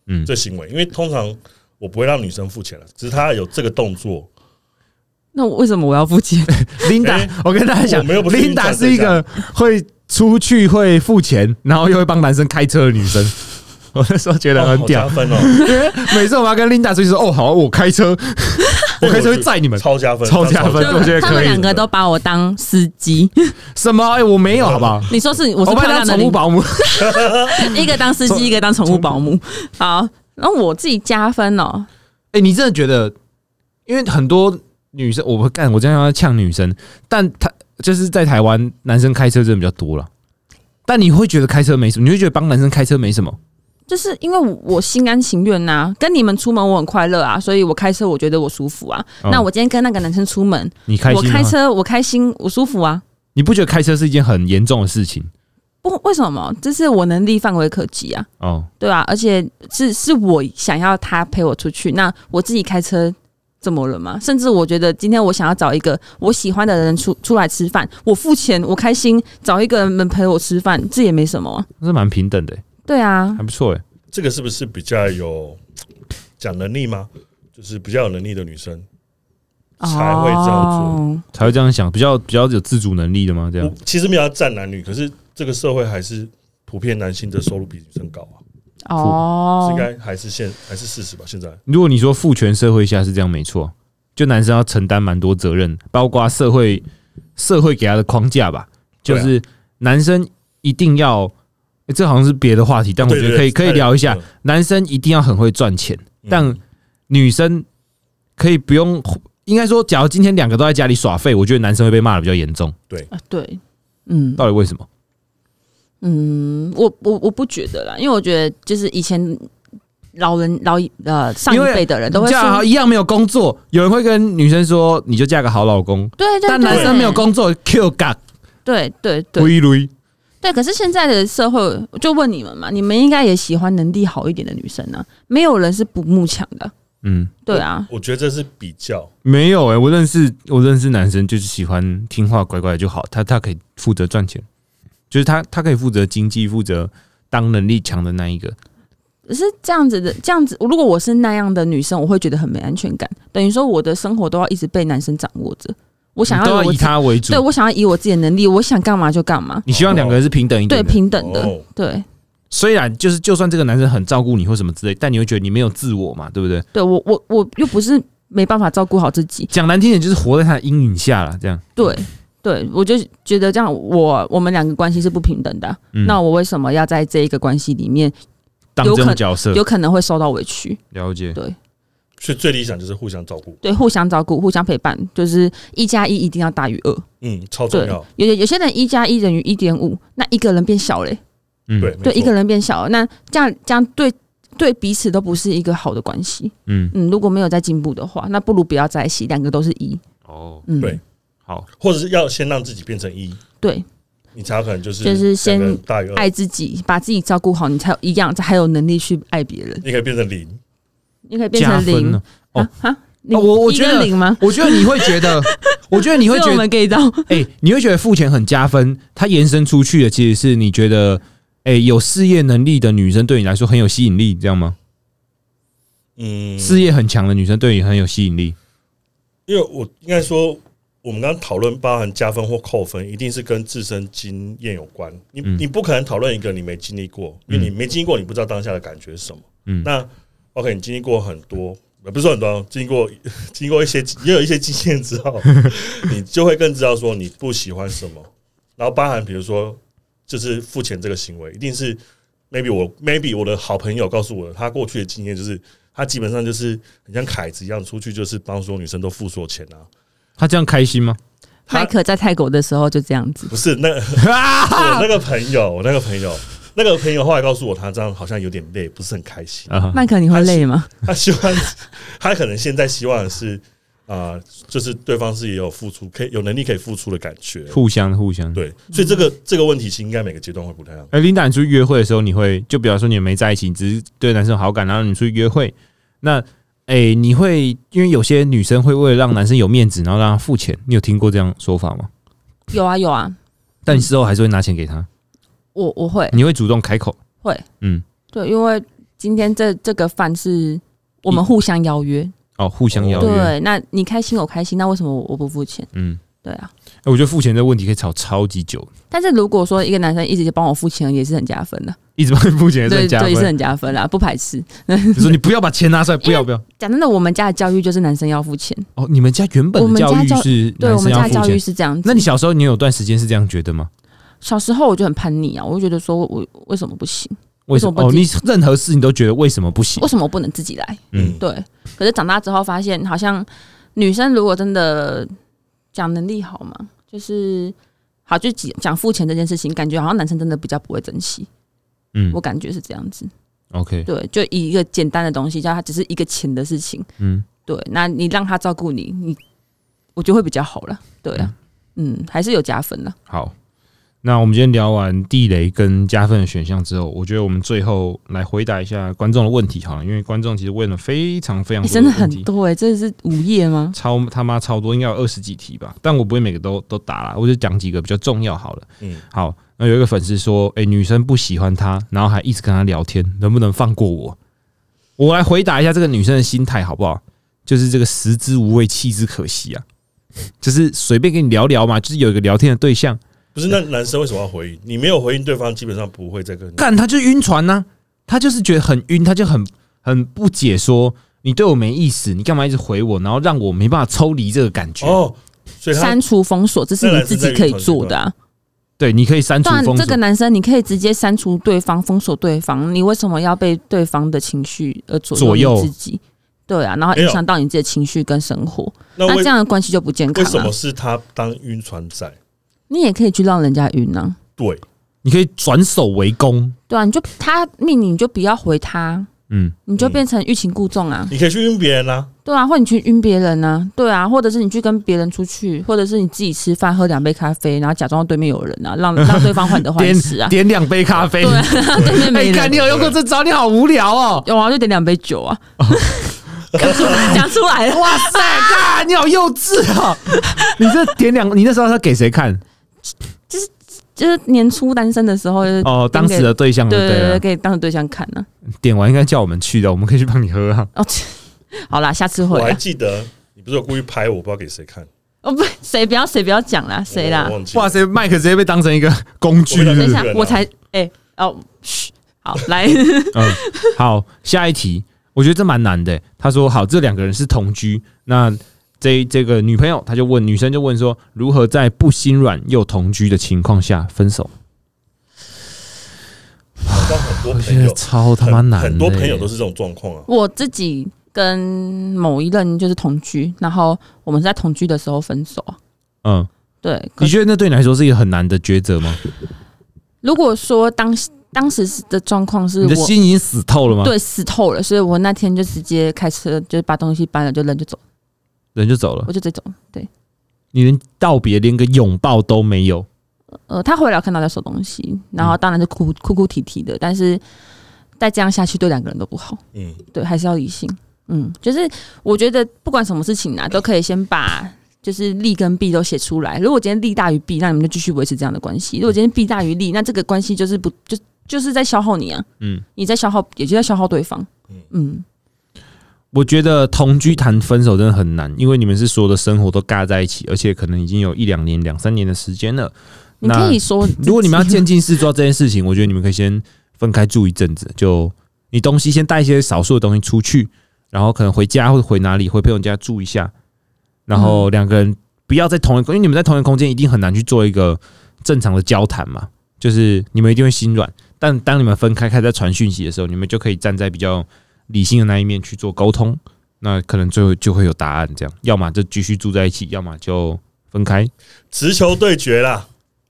嗯，这行为，因为通常我不会让女生付钱了，啊只是他有这个动作，那我为什么我要 付钱？琳达哎，我跟大家我讲，们又不是琳达晕船是一个会出去会付钱，然后又会帮男生开车的女生。 我那时候觉得哦很好屌加，分哦，因为每次我要跟琳达出去说，哦，好啊，我开车， 我开车会载你们。超加分，超加分我觉得可以他们两个都把我当司机。 什么？哎，我没有，好不好？你说是我是我漂把亮当的宠物领保姆。 一个当司宠机，一个当宠物保姆。好，那我自己加分哦。哎，你真的觉得？因为很多女生，我不干，我这样要呛女生，但她就是在台湾，男生开车真的比较多了。但你会觉得开车没什么，你会觉得帮男生开车没什么。就是因为我心甘情愿呐、跟你们出门我很快乐啊，所以我开车我觉得我舒服啊。哦那我今天跟那个男生出门，你开我心吗开车我开心，我舒服啊。你不觉得开车是一件很严重的事情不，为什么？这是我能力范围可及啊，哦？对吧、而且是是我想要他陪我出去，那我自己开车怎么了嘛？甚至我觉得今天我想要找一个我喜欢的人出出来吃饭，我付钱，我开心，找一个人陪我吃饭，这也没什么、啊。那是蛮平等的欸、对啊还，不错哎、这个是不是比较有讲能力吗？就是比较有能力的女生才会这样哦才会这样想，比较比较有自主能力的吗？这做。样我其实没有要站男女，可是这个社会还是普遍男性的收入比女生高啊，哦是应该还是现还是事实吧？现在如果你说父权社会下是这样，没错，就男生要承担蛮多责任，包括社会社会给他的框架吧，就对啊是男生一定要。欸这好像是别的话题，但我觉得可以哎可以聊一嗯下。，男生一定要很会赚钱，但女生可以不用。应该说，假如今天两个都在家里耍废，我觉得男生会被骂的比较严重。啊，对，嗯到底为什么？嗯，我我我不觉得啦，因为我觉得就是以前老人老一呃上因为一辈的人都会嫁好说，一样没有工作，有人会跟女生说你就嫁个好老公，对对对，但男生没有工作，Q 嘎对对对，归类，对，可是现在的社会，我就问你们嘛，你们应该也喜欢能力好一点的女生啊，没有人是不慕强的，嗯，对啊，我觉得这是比较，没有哎、我认识我认识男生就是喜欢听话乖乖就好，他他可以负责赚钱，就是他他可以负责经济，负责当能力强的那一个。可是这样子的，这样子，如果我是那样的女生，我会觉得很没安全感，等于说我的生活都要一直被男生掌握着，我想你都要要以有我自己，他为对主，哦我想要以我自己的能力，我想干嘛就干嘛，你希望两个人是平等一对，点的。平等的，哦对，虽然就是就算这个男生很照顾你或什么之类，但你会觉得你没有自我嘛，对不对？对我我我又不是没办法照顾好自己，讲难听点，就是活在他的阴影下了，这样。对对，我就觉得这样，我我们两个关系是不平等的啊，嗯那我为什么要在这一个关系里面，当有这可种角色有可能会受到委屈？了解，所以最理想就是互相照顾，对，互相照顾、互相陪伴，就是一加一一定要大于二。嗯，超重对要，，有有些人一加一等于一点五，那一个人变小嘞，嗯，对，，没对，一错个人变小了，那这样这样对对彼此都不是一个好的关系。嗯，嗯，如果没有在进步的话，那不如不要在一起，两个都是一。哦，嗯，对好，或者是要先让自己变成一，对你才有可能就是就是先两个人大于二，爱自己，把自己照顾好，你才有一样，才还有能力去爱别人。你可以变成零，你可以变加成分零了。哦啊哈，零我我一觉跟得零吗？我觉得你会觉得，我觉得你会只有觉得，我们 get 到，哎、你会觉得付钱很加分。它延伸出去的其实是你觉得，哎、有事业能力的女生对你来说很有吸引力，这样吗？嗯，事业很强的女生对你很有吸引力。因为我应该说，我们刚刚讨论包含加分或扣分，一定是跟自身经验有关。你、嗯你不可能讨论一个你没经历过，因为你没经历过，你不知道当下的感觉是什么。嗯那 OK，你经历过很多，呃不是说很多，经历过 经过一些也有一些经验之后，你就会更知道说你不喜欢什么。然后包含比如说，就是付钱这个行为，一定是 maybe 我 maybe 我的好朋友告诉我的，他过去的经验就是。他基本上就是很像凯子一样，出去就是帮所有女生都付所有钱啊，她这样开心 吗？他麦克在泰国的时候就这样子，不是那 啊我那个朋友，我那个朋友，那个朋友后来告诉我，他这样好像有点累，不是很开心。啊、麦克你会累吗？他希望， 他可能现在希望的是啊、就是对方是也有付出，可以有能力可以付出的感觉。互相互相。对，所以这个这个问题是应该每个阶段会不太一样。哎、琳达，你出去约会的时候，你会就比方说你们没在一起，你只是对男生有好感，然后你出去约会，那哎、你会因为有些女生会为了让男生有面子，然后让他付钱，你有听过这样说法吗？有啊有啊，但你事后还是会拿钱给他，我我会。你会主动开口，会，嗯，对，因为今天这这个饭是我们互相邀约，哦，互相邀约，对，那你开心我开心，那为什么我我不付钱？嗯、对啊，哎我觉得付钱这个问题可以吵超级久，但是如果说一个男生一直就帮我付钱，也是很加分的，一直帮你付钱也是对很加对，也是分。很加分啦，不排斥。你说你不要把钱拿出 来，不要不要。讲真的，我们家的教育就是男生要付钱，哦，你们家原本的我育们家教是对男我生们要家的付教育钱，是这样子。那你小时候你有段时间是这样觉得吗？小时候我就很叛逆啊，我就觉得说我我为什么不行？为什么？哦，为你任何事你都觉得为什么不行为？什么我不能自己来？嗯嗯，对，可是长大之后发现，好像女生如果真的讲能力好嘛，就是好，就讲讲付钱这件事情，感觉好像男生真的比较不会珍惜，嗯我感觉是这样子。 ，OK，对，就以一个简单的东西，叫它只是一个钱的事情。嗯，对，那你让他照顾你，你我就会比较好了。对啊，嗯，还是有加分的。好，那我们今天聊完地雷跟加分的选项之后，我觉得我们最后来回答一下观众的问题好了，因为观众其实问了非常非常诶多真的嗯很问题多哎、这是午夜吗？超他妈超多，应该有二十几题吧，但我不会每个都都答啦，我就讲几个比较重要好了。嗯，好，那有一个粉丝说，诶，女生不喜欢他，然后还一直跟他聊天，能不能放过我？我来回答一下这个女生的心态好不好？就是这个食之无味，弃之可惜啊，就是随便跟你聊聊嘛，就是有一个聊天的对象，不是那男生为什么要回应？你没有回应对方，基本上不会再跟你。干他就晕船呐、他就是觉得很晕，他就很很不解说你对我没意思，你干嘛一直回我，然后让我没办法抽离这个感觉。哦，所以他删除封锁，这是你自己可以做的、啊。对，你可以删除当然，封锁这个。男生你可以直接删除对方，封锁对方，你为什么要被对方的情绪而左左右右你自己？对啊，然后没有影响到你自己的情绪跟生活，那那为这样的关系就不健为康什了、么是他当晕船仔？你也可以去让人家晕啊，对，你可以转手为攻，对啊，你就他命你你就不要回他，嗯，你就变成欲擒故纵啊，你可以去晕别人啊，对啊，或你去晕别人啊，对啊，或者是你去跟别人出去，或者是你自己吃饭喝两杯咖啡，然后假装对面有人啊，让让对方患 得患点失啊，点两杯咖啡对。啊， 对面没哎，看你人，有用过这招，你好无聊哦！有啊，就点两杯 酒啊，讲出来讲出来了，哇塞，哎干你好幼稚 哦！你这点两，你那时候他给谁看？就是年初单身的时候，就是哦，当时的对象就对对对对，了。给当着对象看呢、点完应该叫我们去的，我们可以去帮你喝啊。啊。哦， 切好啦，下次我会还啊。记得你不是有故意拍我，不知道给谁看，哦不，谁不要谁不要讲啦，谁啦我？忘记了哇塞，麦克直接被当成一个工具我是跟不等哦一是下日本，啊我才哎、哦，嘘，好 来，嗯， 好，下一题，我觉得这蛮难的欸。他说，好，这两个人是同居，那这这个女朋友，他就问女生就问说，如何在不心软又同居的情况下分手？好像很多我觉朋得友，超他妈很难的欸，很多朋友都是这种状况啊。我自己跟某一任就是同居，然后我们是在同居的时候分手。啊嗯，对，可你觉得那对你来说是一个很难的抉择吗？如果说当时当时是的状况是你的我心已经死透了吗？，对死透了，所以我那天就直接开车，就是把东西搬了，就人就走，人就走了我，就直接走。对，你连道别连个拥抱都没有。呃，他回来有看到在收东西，然后当然就哭哭哭啼啼的，但是再这样下去对两个人都不好。嗯，对，还是要理性。嗯，就是我觉得不管什么事情啊，都可以先把就是利跟弊都写出来。如果今天利大于弊，那你们就继续维持这样的关系；如果今天弊大于利，那这个关系就是不就就是在消耗你啊，嗯，你在消耗，也就在消耗对方。嗯，我觉得同居谈分手真的很难，因为你们是所有的生活都尬在一起，而且可能已经有一两年、两三年的时间了。你可以说， 嗯如果你 们要渐进式做这件事情，我觉得你们可以先分开住一阵子，就你东西先带一些少数的东西出去，然后可能回家或者回哪里，回朋友家住一下，然后两个人不要在同一个，因为你们在同一个空间一定很难去做一个正常的交谈嘛，就是你们一定会心软，但当你们分开开始在传讯息的时候，你们就可以站在比较理性的那一面去做沟通，那可能最后就会有答案，这样，要么就继续住在一起，要么就分开，直球对决啦，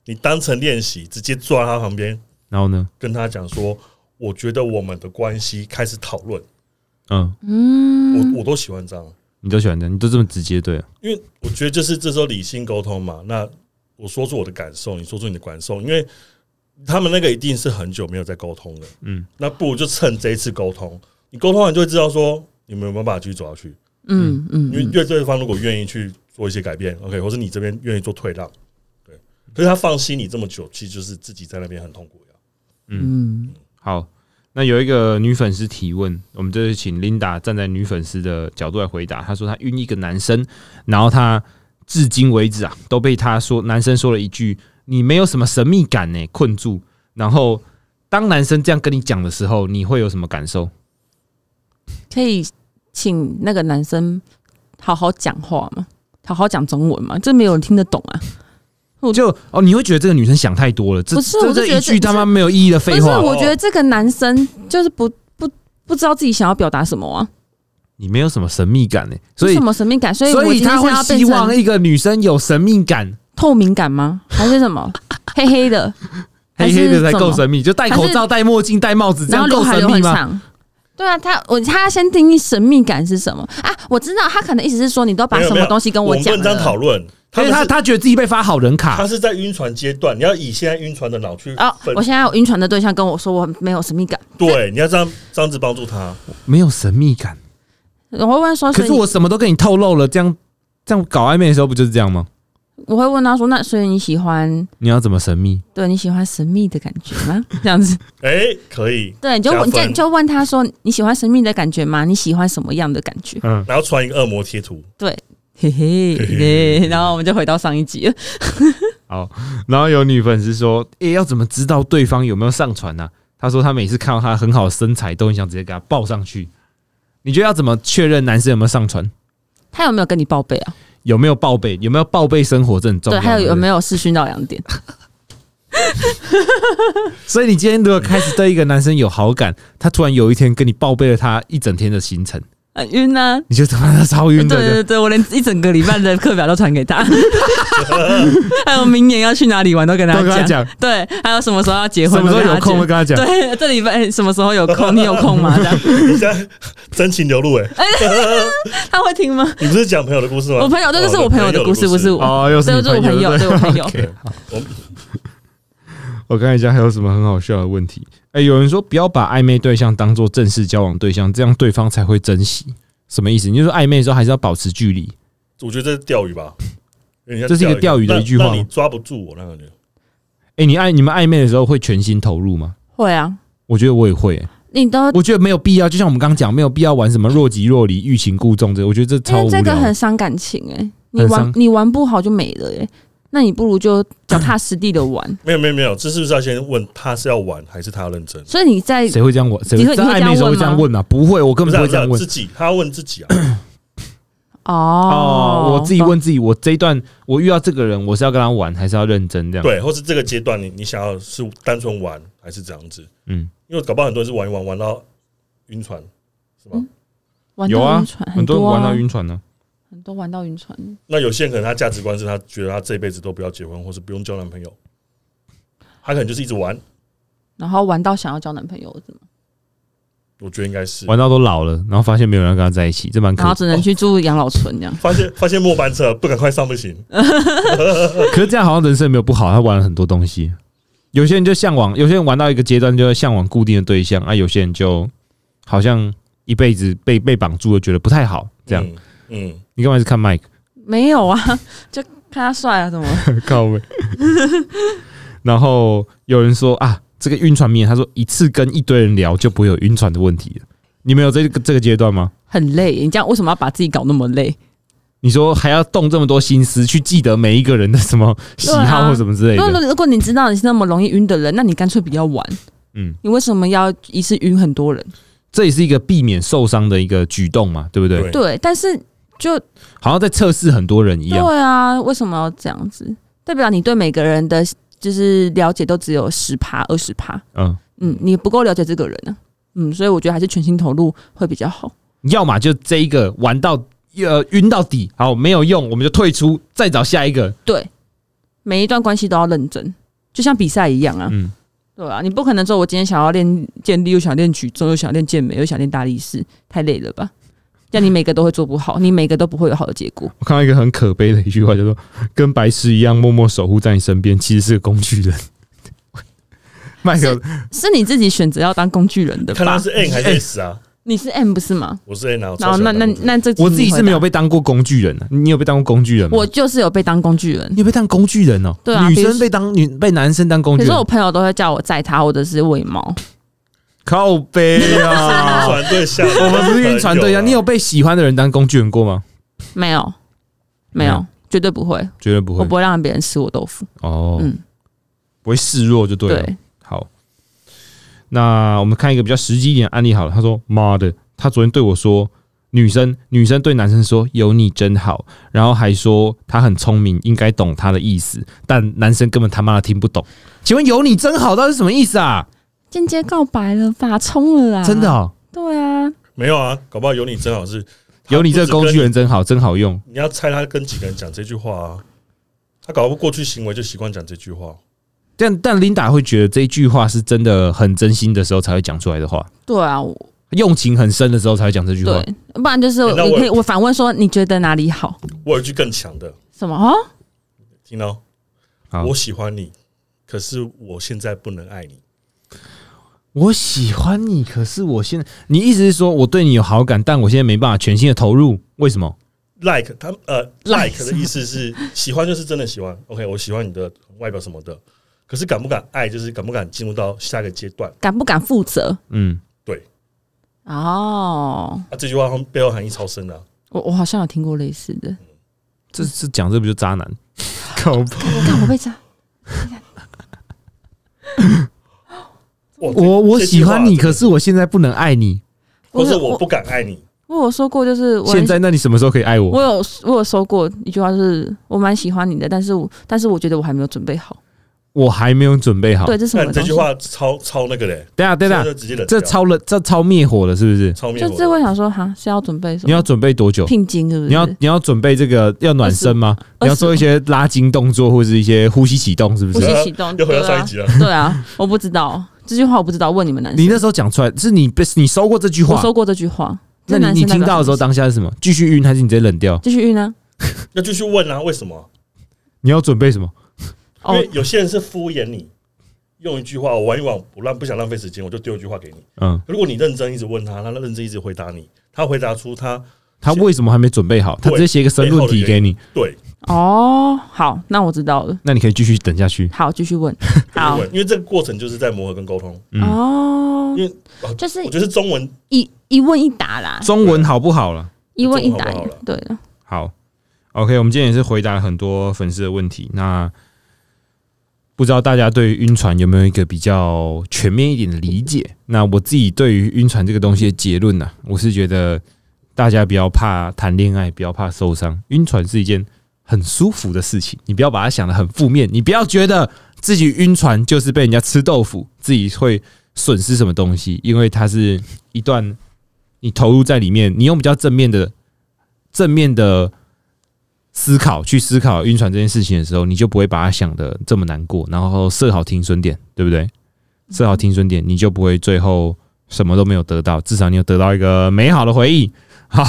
你当成练习，直接坐在他旁边，然后呢，跟他讲说，我觉得我们的关系开始讨论，嗯，我我都喜欢这样，你都喜欢这样，你都这么直接，对了。啊因为我觉得就是这时候理性沟通嘛。那我说出我的感受，你说出你的感受，因为他们那个一定是很久没有在沟通的，嗯嗯，那不如就趁这一次沟通，你沟通完就会知道说你们有没有办法继续走下去，嗯嗯因为嗯，越对方如果愿意去做一些改变，OK，或是你这边愿意做退让，对，可是他放心你这么久，其实就是自己在那边很痛苦呀。嗯，好，那有一个女粉丝提问，我们这是请 Linda 站在女粉丝的角度来回答。她说她晕一个男生，然后她至今为止啊都被他说男生说了一句“你没有什么神秘感呢、困住。然后当男生这样跟你讲的时候，你会有什么感受？可以请那个男生好好讲话嘛，好好讲中文嘛，这没有人听得懂啊。我就哦，你会觉得这个女生想太多了，这不是我这就觉这得一句这他妈没有意义的不废是，话。我觉得这个男生就是不不不知道自己想要表达什么啊。你没有什么神秘感呢、所是以什么神秘感？所以我所以今天他是会要变希望成一个女生有神秘感，透明感吗？还是 什么黑黑的，还黑是黑的才够什么神秘，就戴还口是罩、戴墨镜、戴帽子，这然样后刘够海神又秘很吗？哎长？对啊，他我他要先定义神秘感是什么啊？我知道他可能意思是说你都把没有什没么有东西跟我们讲不能这样讨了。论，因为们他是他觉得自己被发好人卡他，是在晕船阶段，你要以现在晕船的脑去哦，分我现在有晕船的对象跟我说我没有神秘感，对，你要这样这样子帮助他。没有神秘感。我会问说，可所以是我什么都跟你透露了，这样这样搞暧昧的时候不就是这样吗？我会问他说，那所以你喜欢你要怎么神秘？对你喜欢神秘的感觉吗？ 这样子，哎、可以，对，你就问加就分就问他说你喜欢神秘的感觉吗？你喜欢什么样的感觉？嗯，然后传一个恶魔贴图， 嘿嘿嘿嘿，然后我们就回到上一集了。然后有女粉丝说：“诶、哎要怎么知道对方有没有上传呢、啊？”她说她每次看到她很好的身材，都很想直接给她抱上去。你觉得要怎么确认男生有没有上传？他有没有跟你报备啊？有没有报备？有没有报备生活？这很重对，要。还有有没有？有视讯到两点？ 所以你今天如果开始对一个男生有好感，他突然有一天跟你报备了他一整天的行程，很晕啊。你就他妈的超晕对的。对对，我连一整个礼拜的课表都传给 他，还有明年要去哪里玩都跟都跟他他讲讲，对，还有什么时候要结婚，什么时候都有跟他空会讲跟他讲？对，这礼拜、 哎什么时候有空？你有空吗？这样你现在 真情流露哎、他会听吗？你不是讲朋友的故事吗？我朋友，这就是哦我朋友的故事，不是。我。哦，又是对你这是我朋朋友，友对对我朋友 OK，好我 我看一下还有什么很好笑的问题。哎、有人说不要把暧昧对象当做正式交往对象，这样对方才会珍惜。什么意思？你就说暧昧的时候还是要保持距离。我觉得这是钓鱼吧，有点像这是一个钓鱼的让一句话让你吗抓不住我那个人。哎、你爱你们暧昧的时候会全心投入吗？会啊，我觉得我也会、你都我觉得没有必要。就像我们刚刚讲，没有必要玩什么若即若离、欲擒故纵这，我觉得这因超为无这聊个很的。伤感情哎、你很玩伤你玩不好就没了哎、那你不如就脚踏实地 的玩。没有没有没有，这是不是要先问他是要玩还是他要认真？所以你在谁会这样玩？谁你会会在你会暧这样昧的时候会问这样吗问啊？不会，我根不本是不啊会不这样问是啊自。己，他要问自己啊。 哦哦，我自己问自己，我这一段我遇到这个人，我是要跟他玩，还是要认真这样？，对，或是这个阶段你你想要是单纯玩还是这样子？嗯，因为搞不好很多人是玩一玩玩到晕船，是吧？嗯玩有到啊晕船，很很多人多玩啊到，晕船呢。很多玩到晕船。那有些人可能他价值观是他觉得他这辈子都不要结婚，或是不用交男朋友，他可能就是一直玩。然后玩到想要交男朋友，是吗我觉得应该是玩到都老了，然后发现没有人要跟他在一起，这蛮可然后只能去住养老村这哦样。发现发现末班车不赶快上不行，可是这样好像人生没有不好，他玩了很多东西。有些人就向往，有些人玩到一个阶段就会向往固定的对象啊，有些人就好像一辈子被被绑住了，觉得不太好。 这样，嗯，嗯，你干嘛一直看 Mike？没有啊， 就看他帅啊，怎么？靠背。 然后有人说啊，这个晕船面，他说一次跟一堆人聊就不会有晕船的问题了。你们有这个这个阶段吗？很累，你这样为什么要把自己搞那么累？你说还要动这么多心思去记得每一个人的什么喜好或什么之类如的？果如果你知道啊你是那么容易晕的人，那你干脆不要玩。嗯，你为什么要一次晕很多人？这也是一个避免受伤的一个举动嘛，对不对？对对，但是就好像在测试很多人一样。对啊，为什么要这样子？代表你对每个人的就是了解都只有十趴、二十趴，嗯，嗯，你不够了解这个人呢、嗯，所以我觉得还是全心投入会比较好。要么就这一个玩到呃晕到底，好没有用，我们就退出，再找下一个。对，每一段关系都要认真，就像比赛一样啊。嗯，对啊，你不可能说我今天想要练健力，又想练举重，又想练健美，又想练大力士，太累了吧？这样你每个都会做不好，你每个都不会有好的结果。我看到一个很可悲的一句话，叫做“跟白痴一样默默守护在你身边，其实是个工具人”。 麦克是你自己选择要当工具人的看吧他？是 N 还是哎 S 啊？你是 M 不是吗？我是 N 啊，我然超后喜那欢那当工具人那这我自己你是回答没有，被当过工具人、啊，你有被当过工具人吗？我就是有被当工具人你。有被当工具人哦、对啊女比如生被当女被男生当工可具是人我，朋友都会叫我载他，或者是喂猫。靠背 晕啊！船队下，我们不啊是晕船对啊象，你有被喜欢的人当工具人过吗？没有，没没有有，绝对不会。绝对不我会不会让别人吃我豆腐。哦，嗯，不会示弱就对啊了。对，好，那我们看一个比较实际一点的案例好了。他说：“妈的，他昨天对我说，女生女生对男生说有你真好，然后还说他很聪明，应该懂他的意思，但男生根本他妈的听不懂。请问有你真好到底是什么意思啊？间接告白了吧，冲了啦！真的、？哦，对啊，没有啊？搞不好有你真好是有你这个工具，人真好，真好用。你要猜他跟几个人讲这句话啊？他搞不好过去行为就习惯讲这句话，但但琳达会觉得这一句话是真的很真心的时候才会讲出来的话，对啊，我用情很深的时候才会讲这句话。对，不然就是欸那你我可以我反问说你觉得哪里好？我有一句更强的，什么啊？听到好？我喜欢你，可是我现在不能爱你。我喜欢你，可是我现在，你意思是说我对你有好感，但我现在没办法全心的投入，为什么？ like 他呃 Like like 的意思是喜欢就是真的喜欢，OK，我喜欢你的外表什么的，可是敢不敢爱就是敢不敢进入到下一个阶段敢不敢负责？嗯，哦，啊？这句话后面背后含义超深的啊、我我好像有听过类似的，这是讲这不就渣 男？靠谱！但我被扎。哇这我我这喜句话欢你，真的可是我现在不能爱你。或者有我不敢爱你，我有说过，就是我很现在，那你什么时候可以爱我？我有我有说过一句话，就是我蛮喜欢你的，但是我但是我觉得我还没有准备好。我还没有准备好。对，这是什那么你东这西？句话超超那个嘞，等一下等一现下，在就直接冷这掉超了，这超灭火了，是不是？超灭就火的这会想说，哈是要准备什么？你要准备多久？聘金是不是？你要你要准备这个要暖身吗？ 25你要做一些拉筋动作或者是一些呼吸启动，是不呼是吸？对啊启动？又回对到上一啊，集 了。对啊，我不知道这句话，我不知道，问你们男生。你那时候讲出来，是你被你收过这句我话，说过这句话，那这男你你生代听表到的时候什么当下是什么？继续晕还是你直接冷掉？继续晕呢？要继续问啊，为什么？你要准备什么？因哦，为有些人是敷衍你，用一句话我玩一玩，我浪不想浪费时间，我就丢一句话给你。嗯，如果你认真一直问他，他认真一直回答你，他回答出他他为什么还没准备好？他直接写一个申论题给你，对，哦，好，那我知道了。那你可以继续等下去。好，继续 问。好就，是问因为这个过程就是在磨合跟沟通。嗯，哦因为，就是我觉得是中文一一问一答啦，中文好不好了？一问一答中文好不啊好啦。对的，好，OK，我们今天也是回答了很多粉丝的问题。那不知道大家对于晕船有没有一个比较全面一点的理解？那我自己对于晕船这个东西的结论呢、我是觉得大家不要怕谈恋爱，不要怕受伤，晕船是一件很舒服的事情。你不要把它想得很负面，你不要觉得自己晕船就是被人家吃豆腐，自己会损失什么东西，因为它是一段你投入在里面，你用比较正面的正面的思考去思考晕船这件事情的时候，你就不会把它想的这么难过，然后设好停损点，对不对？设好停损点，你就不会最后什么都没有得到，至少你有得到一个美好的回忆。好，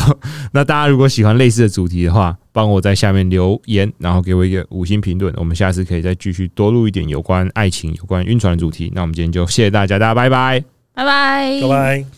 那大家如果喜欢类似的主题的话，帮我在下面留言，然后给我一个五星评论，我们下次可以再继续多录一点有关爱情、有关晕船的主题。那我们今天就谢谢大家，大家拜拜。拜拜，拜拜。